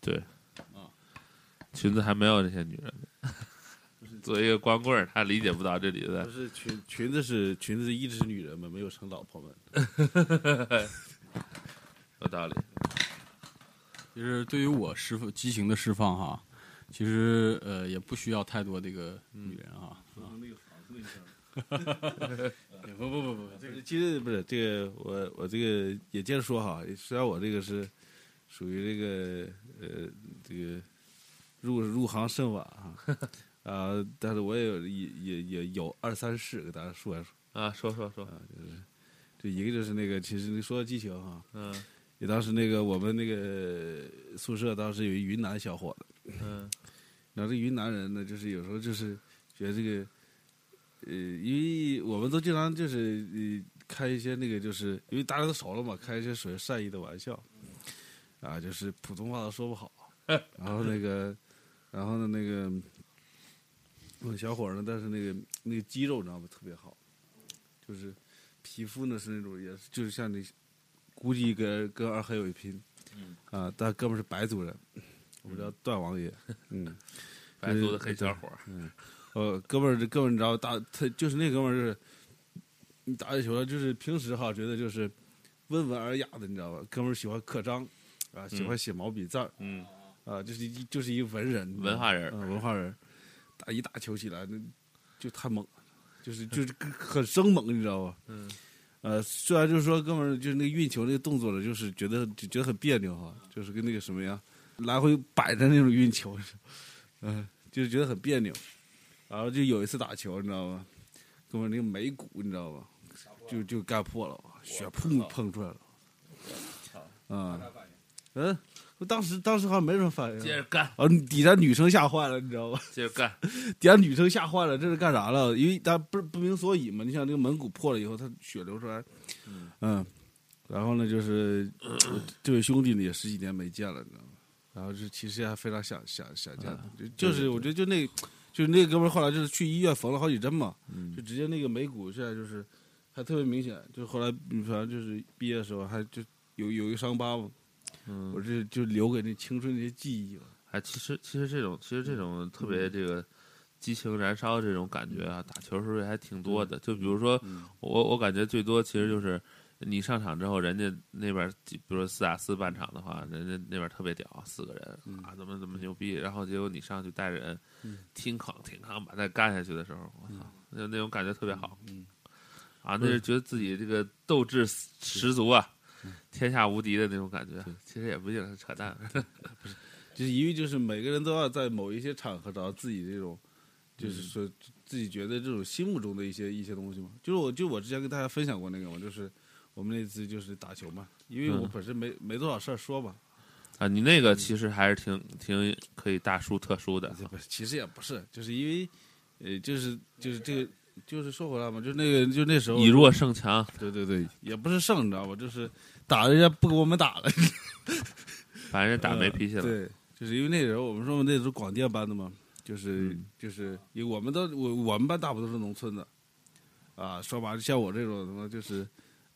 S3: 对，
S5: 啊，
S3: 嗯裙子还没有这些女人呢。 作为一个光棍儿，他理解不到这里
S5: 不
S3: 的。
S5: 是裙裙子是裙子一直是女人们，没有成老婆们。
S3: 有道理，
S2: 其实对于我释放激情的释放哈，其实呃也不需要太多这个
S3: 嗯
S2: 女人啊。不不不不，
S5: 这个其实不是这个，我我这个也接着说哈，虽然我这个是属于这个呃这个入入行甚晚哈， 啊，但是我也有也也也有二三事给大家说一说。
S3: 啊，说说说，
S5: 就一个就是那个，其实你说到激情哈，
S3: 嗯
S5: 也当时那个我们那个宿舍当时有一云南小伙子，
S3: 嗯
S5: 然后这云南人呢，就是有时候就是觉得这个，呃，因为我们都经常就是呃开一些那个，就是因为大家都熟了嘛，开一些属于善意的玩笑，啊，就是普通话都说不好，然后那个，然后呢那个，我小伙儿呢，但是那个那个肌肉你知道吗，特别好，就是皮肤呢是那种也是就是像你，估计跟跟二黑有一拼，
S3: 嗯
S5: 啊，但哥们儿是白族人，我们叫段王爷，嗯。
S3: 白族的黑小伙儿，
S5: 呃，哥们儿，这哥们儿，你知道，打他就是那哥们儿是，你打起球来就是平时哈，觉得就是温文尔雅的，你知道吧？哥们儿喜欢刻章，啊，喜欢写毛笔字儿，
S3: 嗯，
S5: 啊，就是一就是一文人，
S3: 文化人
S5: 嗯、
S3: 儿，
S5: 文化人，打一打球起来，那就太猛了，就是 就是很生猛，你知道吧？
S3: 嗯，
S5: 呃，虽然就是说哥们儿就是那个运球那个动作呢，就是觉得就觉得很别扭哈，就是跟那个什么呀，来回摆着那种运球， 嗯、就是觉得很别扭。然后就有一次打球，你知道吗？哥们儿那个眉骨，你知道吗？就就干破了，血砰碰出来了。啊，嗯，我当时当时好像没什么反应。
S3: 接着干，
S5: 啊，底下女生吓坏了，你知道吧？
S3: 接着干，
S5: 底下女生吓坏了，这是干啥了？因为她不不明所以嘛。你想这个门骨破了以后，她血流出来，嗯然后呢，就是我这位兄弟呢也十几年没见了，你知道吗？然后就其实还非常想想想见他，就就是我觉得就那，就是那哥们儿后来就是去医院缝了好几针嘛，就直接那个眉骨现在就是还特别明显，就后来嗯反正就是毕业的时候还就有有一个伤疤嘛，
S3: 嗯
S5: 我，这就留给那青春那些记忆了。
S3: 哎，其实其实这种其实这种特别这个激情燃烧这种感觉啊，打球时候还挺多的。就比如说我我感觉最多其实就是你上场之后，人家那边几比如说四打四半场的话，人家那边特别屌，四个人啊怎么怎么牛逼，然后结果你上去带着人挺扛挺扛把他干下去的时候，我操，那那种感觉特别好。啊，嗯那是觉得自己这个斗志十足啊，天下无敌的那种感觉。啊其实也不一定是扯淡，啊
S5: 就是因为就是每个人都要在某一些场合找到自己这种，就是说自己觉得这种心目中的一些一些东西嘛。就是我就我之前跟大家分享过那个嘛，就是我们那次就是打球嘛，因为我
S3: 嗯
S5: 本身没没多少事儿说嘛，
S3: 啊，你那个其实还是挺挺可以大书特书的，
S5: 这不是其实也不是，就是因为呃就是就是这个就是说回来嘛，就是那个就那时候
S3: 以弱胜强，
S5: 对对对，也不是胜，你知道吧？就是打人家不给我们打了，
S3: 把人家打没脾气了。
S5: 嗯对，就是因为那时候我们说我们那时候广电班的嘛，就是、
S3: 嗯
S5: 就是因为我们都我我们班大部分都是农村的，啊，说白了像我这种什么就是，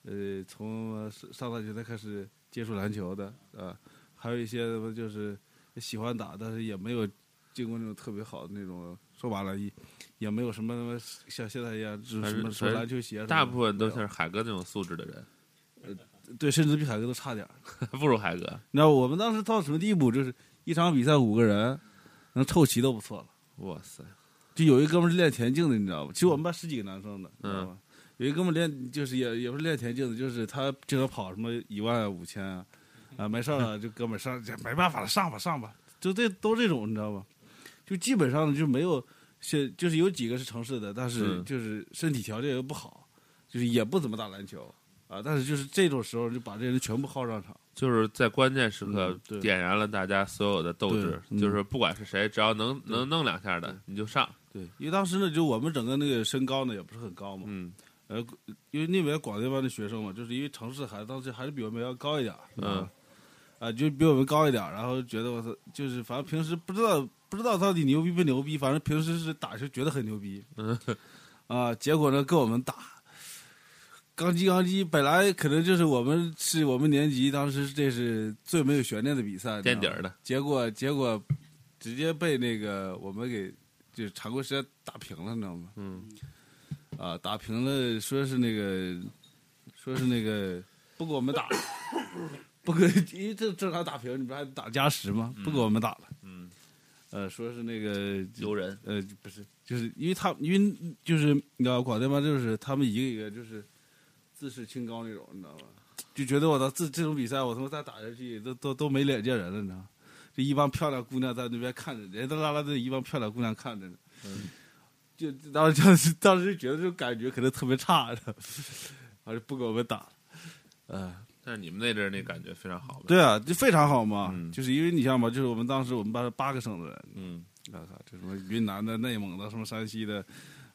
S5: 呃，从上上大学才开始接触篮球的啊，还有一些什么就是喜欢打，但是也没有经过那种特别好的那种，说白了也也没有什么什么像现在一样就是
S3: 反
S5: 什
S3: 正
S5: 么什么
S3: 反正
S5: 篮球鞋什么的，
S3: 大部分都
S5: 没
S3: 是海哥那种素质的人，
S5: 有对，甚至比海哥都差点儿。
S3: 不如海哥。
S5: 你知道我们当时到什么地步？就是一场比赛五个人能凑齐都不错了。
S3: 哇塞，
S5: 就有一哥们儿是练田径的，你知道吧？其实我们班十几个男生的，你知道吧？有一哥们儿练就是也也不是练田径的，就是他经常跑什么一万五千啊，啊没事儿了，就哥们儿上，这没办法了，上吧上吧，就这都这种，你知道吧？就基本上就没有，现就是有几个是城市的，但是
S3: 嗯
S5: 就是身体条件又不好，就是也不怎么打篮球啊，但是就是这种时候就把这人全部耗上场。
S3: 就是在关键时刻
S5: 嗯对
S3: 点燃了大家所有的斗志
S5: 对，嗯
S3: 就是不管是谁，只要能能弄两下的，你就上。
S5: 对，因为当时呢，就我们整个那个身高呢也不是很高嘛，
S3: 嗯
S5: 呃，因为那边广电班的学生嘛，就是因为城市孩子当时还是比我们要高一点儿，
S3: 嗯
S5: 啊，啊，就比我们高一点儿，然后觉得我操，就是反正平时不知道不知道到底牛逼不牛逼，反正平时是打就觉得很牛逼，
S3: 嗯
S5: 啊，结果呢跟我们打，钢击钢击，本来可能就是我们是我们年级当时这是最没有悬念的比赛，
S3: 垫底
S5: 你知道吗
S3: 儿的，
S5: 结果结果直接被那个我们给就是常规时间打平了，你知道吗？
S3: 嗯，
S5: 啊，打平了，说是那个，说是那个不给我们打，不给，因为这正常打平，你不还打加时吗？不给我们打了，
S3: 嗯，
S5: 呃，说是那个
S3: 丢人，
S5: 呃，不是，就是因为他，因为就是你知道，广电吧，就是他们一个一个就是自视清高那种，你知道吧？就觉得我操，这这种比赛我他妈再打下去都都都没脸见人了，你知道吗？这一帮漂亮姑娘在那边看着，人家拉拉队一帮漂亮姑娘看着呢。
S3: 嗯
S5: 就当时当时当时就觉得这种感觉可能特别差的， 而且不给我们打，呃，
S3: 但是你们那阵儿那感觉非常好呗，，
S5: 对啊，就非常好嘛，
S3: 嗯
S5: 就是因为你像嘛，就是我们当时我们班八个省的人，
S3: 嗯，
S5: 我靠，啊这什么云南的、内蒙的、什么山西的、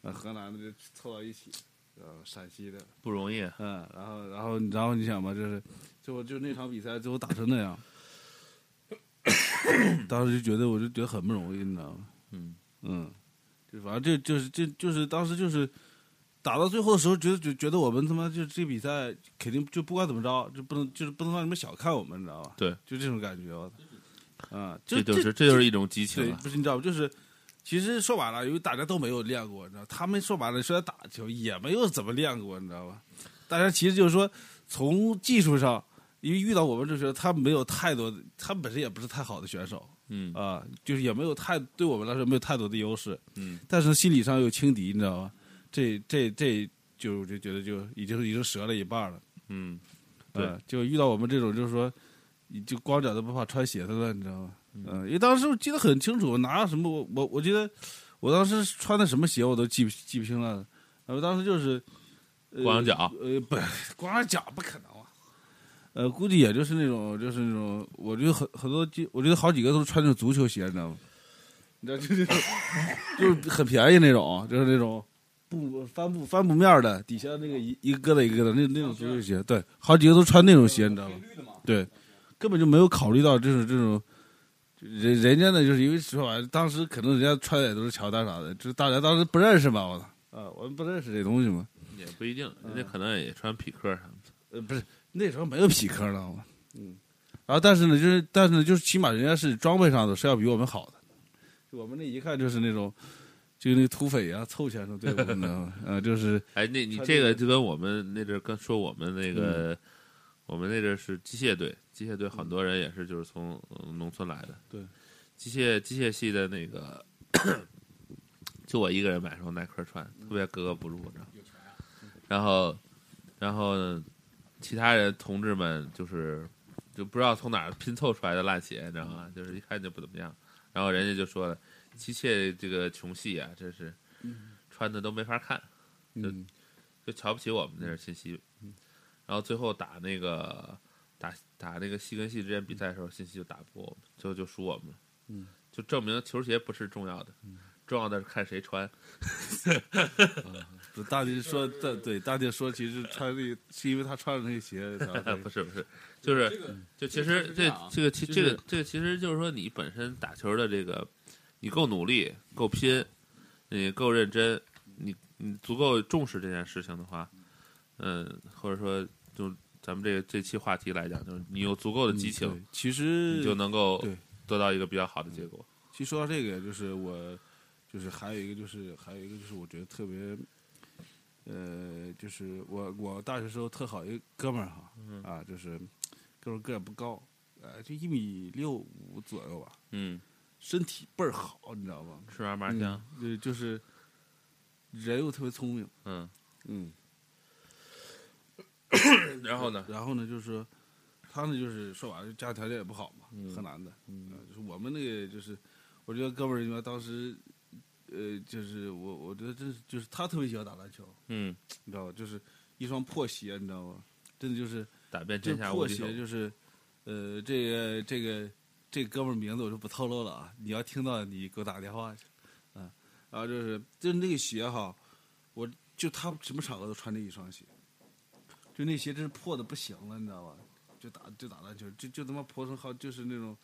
S5: 呃河南的就凑到一起，呃，陕西的，
S3: 不容易，啊
S5: 嗯，然后然后然后你想吧，就是最后就那场比赛最后打成那样，当时就觉得我就觉得很不容易，你知道吗？
S3: 嗯，
S5: 嗯，就反正这就是这就是当时就是打到最后的时候，觉得就觉得我们他妈就这比赛肯定就不管怎么着，就不能就是不能让你们小看我们，你知道吧？
S3: 对，
S5: 就这种感觉，我操，啊，
S3: 这
S5: 就
S3: 就是这就是一种激情
S5: 对，
S3: 啊，
S5: 不是你知道吗？就是其实说白了，因为大家都没有练过，你知道，他们说白了，虽然打球也没有怎么练过，你知道吧？大家其实就是说，从技术上，因为遇到我们这学生，他没有太多的，他本身也不是太好的选手
S3: 嗯
S5: 啊、就是也没有太对我们来说没有太多的优势，
S3: 嗯，
S5: 但是心理上有轻敌，你知道吗？这这这就我就觉得就已经已经折了一半了。
S3: 嗯，对
S5: 对，啊就遇到我们这种，就是说，你就光脚都不怕穿鞋的了，你知道吗？嗯、因为当时我记得很清楚，我拿什么，我我我记得我当时穿的什么鞋我都记不记不清了。然后当时就是、呃
S3: 光着脚
S5: 呃，不，光着脚不可能啊。呃，估计也就是那种，就是那种，我觉得很很多，记，我觉得好几个都是穿那种足球鞋，你知道吗？你知道，就是那种就是很便宜那种，就是那种布帆布帆布面儿的，底下那个一一个疙瘩一个疙瘩，那那种足球鞋，对，好几个都穿那种鞋，你知道吗？对，根本就没有考虑到这种这种人人家呢，就是因为说白了，当时可能人家穿的也都是乔丹啥的，就是大家当时不认识嘛，我操，啊，我们不认识这东西嘛，
S3: 也不一定，啊人家可能也穿匹克什么的，
S5: 呃，不是那时候没有匹克了嘛，嗯，然后但是呢，就是但是呢，就是起码人家是装备上的是要比我们好的，就我们那一看就是那种。就那土匪啊，凑钱的队伍，你知道 吗？啊，就是
S3: 哎，那你
S5: 穿
S3: 这
S5: 这
S3: 个嗯
S5: 个
S3: 就跟我们那阵儿跟说我们那个，我们那阵儿是机械队，机械队很多人也是就是从呃农村来的，
S5: 对，
S3: 机械机械系的那个，就我一个人买双耐克穿，特别格格不入，你知道吗然后，然后呢其他人同志们就是就不知道从哪儿拼凑出来的烂鞋，你知道吗？就是一看就不怎么样。然后人家就说了，机械这个穷系啊，真是穿的都没法看。
S5: 嗯
S3: 就瞧不起我们那是信息。嗯然后最后打那个打打那个西跟西之间比赛的时候，信息就打不过我们，最后就输我们了。
S5: 嗯，
S3: 就证明球鞋不是重要的，重要的是看谁穿。
S5: 不大弟说，对对，大弟说，其实穿那是因为他穿的那鞋，他
S3: 哎 不是不是，就是
S5: 嗯
S3: 就其实这啊这个其这个这个其实就是说你本身打球的这个，你够努力，够拼，你够认真，你你足够重视这件事情的话，嗯，或者说就咱们这个这期话题来讲，就是你有足够的激情。
S5: 嗯。对其实
S3: 你就能够
S5: 对
S3: 得到一个比较好的结果。
S5: 其实说到这个，就是我，就是还有一个就是还有一个就是我觉得特别，呃，就是我我大学时候特好一个哥们儿哈，啊，就是哥们儿个儿不高，呃，就一米六五左右吧，
S3: 嗯，
S5: 身体倍儿好，你知道吗？
S3: 吃嘛嘛香。
S5: 对，就是人又特别聪明，
S3: 嗯，
S5: 嗯。
S3: 然后呢？
S5: 然后呢，就是说他呢，就是说白了，家庭条件也不好嘛，河南的，嗯、就是我们那个就是，我觉得哥们儿，你们当时，呃，就是我，我觉得真是就是他特别喜欢打篮球，
S3: 嗯，
S5: 你知道吧？就是一双破鞋，你知道吗？真的就是
S3: 打遍
S5: 这
S3: 天下无
S5: 破
S3: 敌手。
S5: 鞋就是，呃，这个这个这哥们儿名字我就不透露了啊，你要听到你给我打个电话去，嗯，然后就是就是那个鞋哈，我就他什么场合都穿这一双鞋，就那鞋真是破的不行了，你知道吧？就打就打篮球，就就他妈泼成好，就是那种，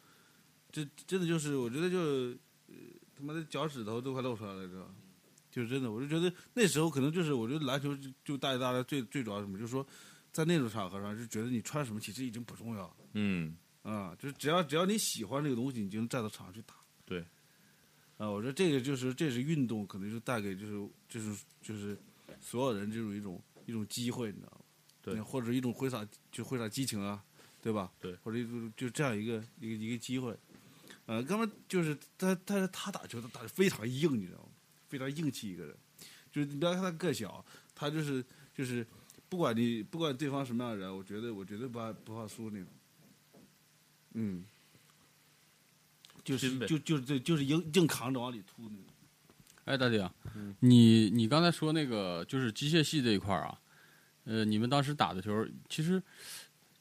S5: 这真的就是我觉得就，呃他妈的脚趾头都快露出来了，知道吧？就是真的，我就觉得那时候可能就是我觉得篮球就就带给大家最最主要是什么，就是说在那种场合上就觉得你穿什么其实已经不重要了
S3: 嗯，
S5: 啊、就是只要只要你喜欢这个东西，你就能站到场上去打。
S3: 对，
S5: 啊，我觉得这个就是这是运动，可能就带给就是就是就是所有人这种一种一种机会，你知道吗？
S3: 对
S5: 或者一种挥洒就挥洒激情啊，对吧？
S3: 对
S5: 或者一种就这样一个一个一个机会。呃，哥们儿就是他，但是他打球他打的非常硬，你知道吗？非常硬气一个人，就是你不要看他个小，他就是就是不管你不管对方什么样的人，我觉得我绝对不怕不怕输那种。嗯，就
S3: 拼
S5: 是
S3: 呗
S5: 就就是对，就是硬硬扛着往里突那种。
S2: 哎，大姐啊，你你刚才说那个就是机械系这一块儿啊，呃，你们当时打的球，其实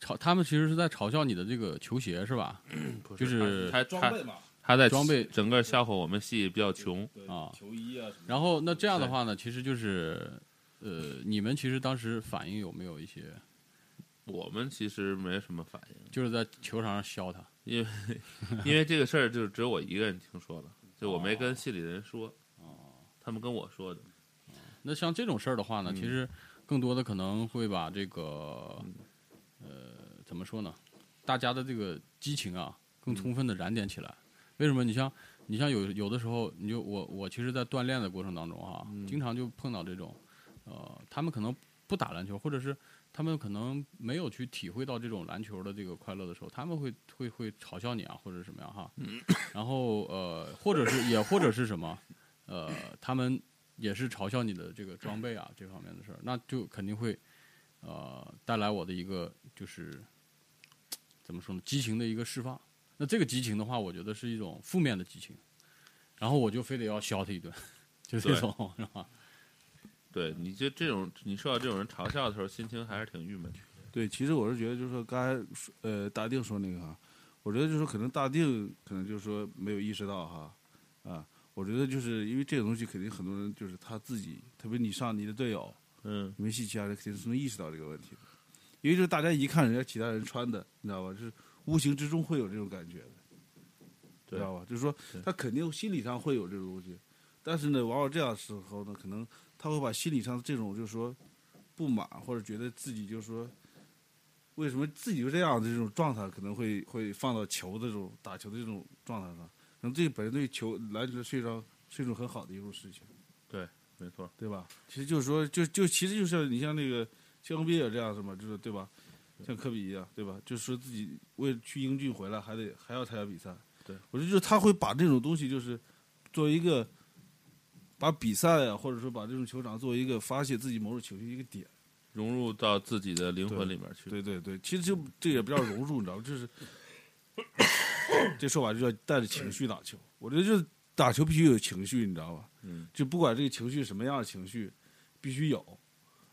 S2: 嘲他们其实是在嘲笑你的这个球鞋是吧？
S5: 嗯
S3: 不
S2: 就是
S3: 他他
S5: 嘛，
S3: 他在
S2: 装备
S3: 整个笑话我们系比较穷，
S2: 啊
S5: 球衣啊什么。
S2: 然后那这样的话呢，其实就是呃，你们其实当时反应有没有一些，
S3: 我们其实没什么反 应，
S2: 就是在球场上削他？
S3: 因为因为这个事儿就只有我一个人听说了，就我没跟系里的人说，他们跟我说的，
S2: 那像这种事儿的话呢，其实更多的可能会把这个，呃，怎么说呢，大家的这个激情啊，更充分的燃点起来。为什么？你像你像有有的时候，你就我我其实，在锻炼的过程当中哈、经常就碰到这种，呃，他们可能不打篮球，或者是他们可能没有去体会到这种篮球的这个快乐的时候，他们会会会嘲笑你啊，或者是什么样哈。然后呃，或者是也或者是什么，呃，他们也是嘲笑你的这个装备啊这方面的事儿，那就肯定会呃带来我的一个就是怎么说呢，激情的一个释放。那这个激情的话，我觉得是一种负面的激情，然后我就非得要削他一顿， 就这种是吧？
S3: 对，你就这种你受到这种人嘲笑的时候，心情还是挺郁闷的，
S5: 对，其实我是觉得，就是说刚才说呃大定说那个哈，我觉得就是说可能大定可能就是说没有意识到哈，啊，我觉得就是因为这个东西肯定很多人就是他自己，特别你上你的队友，
S3: 嗯，
S5: 你们系其他人肯定是能意识到这个问题的，因为就是大家一看人家其他人穿的，你知道吧，就是无形之中会有这种感觉的，知
S3: 对
S5: 道吧？就是说
S3: 对
S5: 他肯定心理上会有这种东西，但是呢，往往这样的时候呢，可能他会把心理上这种就是说不满或者觉得自己就是说为什么自己就这样的这种状态，可能会会放到球的这种打球的这种状态上，可能这本身对球篮球是一种是一种很好的一种事情。
S3: 没错，
S5: 对吧？其实就是说，就就其实就是你像那个像 NBA 也这样是吗？就是对吧？像科比一样，对吧？就是说自己为了去英俊回来，还得还要参加比赛。
S3: 对，
S5: 我觉得就是他会把这种东西，就是作为一个把比赛啊，或者说把这种球场作为一个发泄自己某种情绪的一个点。
S3: 融入到自己的灵魂里面去，
S5: 对对对，其实就这也不叫融入，你知道吗？就是 这说法就叫带着情绪打球。我觉得就是打球必须有情绪，你知道吧？
S3: 嗯，
S5: 就不管这个情绪什么样的情绪，必须有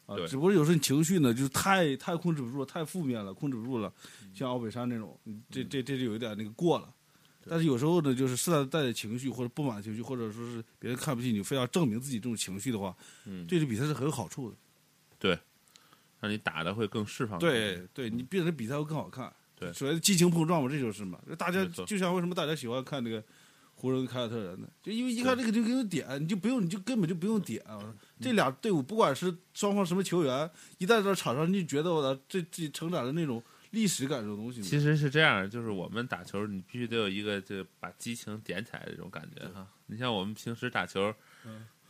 S5: 啊
S3: 对。
S5: 只不过有时候你情绪呢，就是太太控制不住了，太负面了，控制不住了。
S3: 嗯
S5: 像奥本山那种，你这这这就有一点那个过了。但是有时候呢，就是适当地带着情绪或者不满情绪，或者说是别人看不起你，非要证明自己这种情绪的话，
S3: 嗯
S5: 对这比赛是很有好处的。
S3: 让你打的会更释放，
S5: 对，对你变成比赛会更好看。
S3: 对
S5: 所谓的激情碰撞嘛，这就是嘛。大家
S3: 没错
S5: 就像为什么大家喜欢看那个湖人跟凯尔特人呢？就因为一看这个就给你点，你就不用，你就根本就不用点。我
S3: 嗯
S5: 说这俩队伍不管是双方什么球员，一旦到场上，你就觉得我操，这这承载了那种历史感这种东西嘛。
S3: 其实是这样，就是我们打球，你必须得有一个就把激情点起来的这种感觉哈。你像我们平时打球，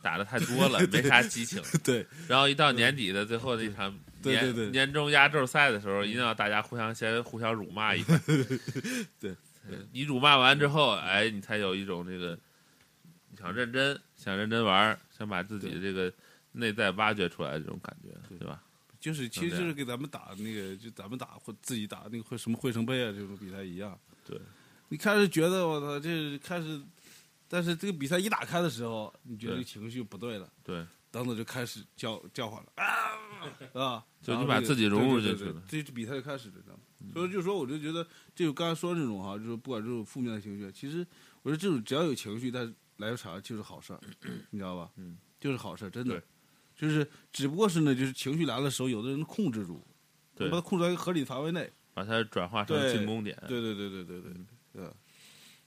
S3: 打 的太多了，没啥激情。
S5: 嗯对
S3: 然后一到年底的最后那场
S5: 对
S3: 年
S5: 对对嗯
S3: 年终压轴赛的时候，一定要大家互相先互相辱 骂一番。呃
S5: 对对
S3: 你辱骂完之后，哎，你才有一种这个想认真、想认真玩儿、想把自己
S5: 对
S3: 这个内在挖掘出来的这种感觉，
S5: 对
S3: 对吧？
S5: 就是其
S3: 能这
S5: 实就是
S3: 样
S5: 给咱们打那个，就咱们打或自己打那个会什么汇成杯啊这种比赛一样。
S3: 对，
S5: 你开始觉得我操，这开始，但是这个比赛一打开的时候，你觉得这
S3: 对
S5: 个情绪不对了。
S3: 对，
S5: 等等就开始叫叫唤了啊啊！
S3: 就
S5: 然
S3: 你
S5: 后
S3: 把
S5: 这个
S3: 自己融入
S5: 对
S3: 进
S5: 对
S3: 去
S5: 对
S3: 了嗯
S5: 对这比赛就开始了，知道吗？所以就是说，我就觉得，就刚才说这种哈，就是不管这种负面的情绪，其实我说这种只要有情绪，但是来个场就是好事儿， 你知道吧？
S3: 嗯，
S5: 就是好事儿，真的
S3: 对。
S5: 就是只不过是呢，就是情绪来的时候，有的人控制住，
S3: 对嗯
S5: 把它控制在一个合理的范围内，
S3: 把它转化成
S5: 对
S3: 进攻点。
S5: 对对对对对对，对吧。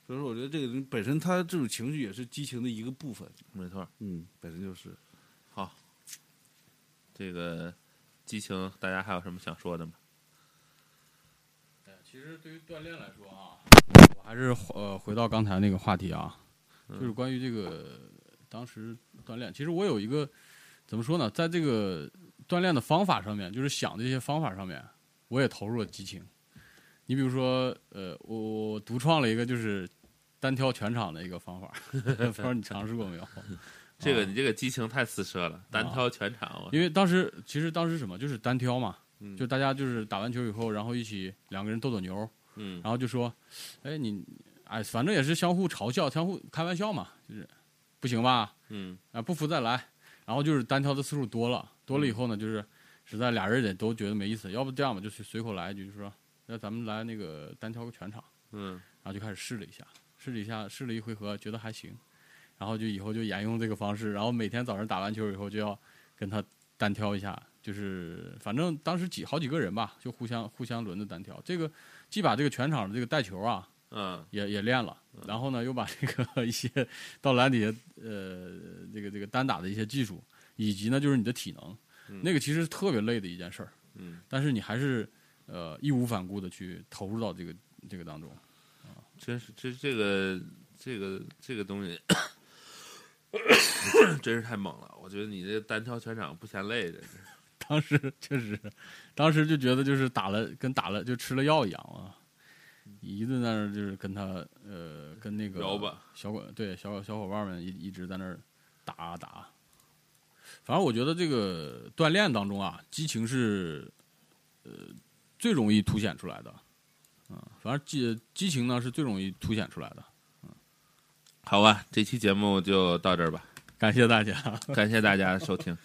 S5: 所以说，我觉得这个人本身他这种情绪也是激情的一个部分，
S3: 没错，
S5: 嗯，本身就是。
S3: 好，这个激情，大家还有什么想说的吗？
S2: 其实对于锻炼来说啊，我还是呃回到刚才那个话题啊，
S3: 嗯
S2: 就是关于这个当时锻炼。其实我有一个怎么说呢，在这个锻炼的方法上面，就是想的一些方法上面，我也投入了激情。你比如说，呃，我我独创了一个就是单挑全场的一个方法， 不知道你尝试过没有？
S3: 这个
S2: 啊
S3: 你这个激情太刺奢了，单挑全场，我
S2: 因为当时其实当时什么就是单挑嘛，
S3: 嗯
S2: 就大家就是打完球以后，然后一起两个人斗斗牛，
S3: 嗯
S2: 然后就说，哎你，哎反正也是相互嘲笑、相互开玩笑嘛，就是不行吧？
S3: 嗯
S2: 啊，不服再来。然后就是单挑的次数多了，多了以后呢，就是实在俩人也都觉得没意思，要不这样吧，就随随口来一句，就是说那咱们来那个单挑个全场，
S3: 嗯
S2: 然后就开始试了一下，试了一下，试了一回合，觉得还行，然后就以后就沿用这个方式，然后每天早上打完球以后就要跟他单挑一下，就是反正当时几好几个人吧，就互相互相轮着单挑，这个既把这个全场的这个带球啊，
S3: 嗯
S2: 也也练了，然后呢，又把这个 一些到篮底下呃这个这个单打的一些技术，以及呢就是你的体能，
S3: 嗯
S2: 那个其实是特别累的一件事儿，
S3: 嗯，
S2: 但是你还是呃义无反顾的去投入到这个这个当中。
S3: 真是这这个这个这个东西真是太猛了，我觉得你这单挑全场不嫌累的，
S2: 当时确实，当时就觉得就是打了跟打了就吃了药一样啊，一直在那儿就是跟他呃跟那个
S3: 摇吧
S2: 小伙对小小伙伴们一一直在那儿打打。反正我觉得这个锻炼当中啊，激情是呃最容易凸显出来的，嗯，反正激激情呢是最容易凸显出来的。
S3: 好吧，这期节目就到 这儿吧，
S2: 感谢大家，
S3: 感谢大家收听，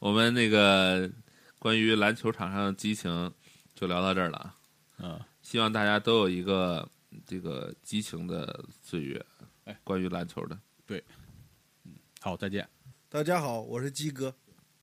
S3: 我们那个关于篮球场上的激情就聊到这儿了啊。
S2: 嗯，
S3: 希望大家都有一个这个激情的岁月
S2: 哎。
S3: 关于篮球的，
S2: 好，再见。
S4: 大家好，我是鸡哥。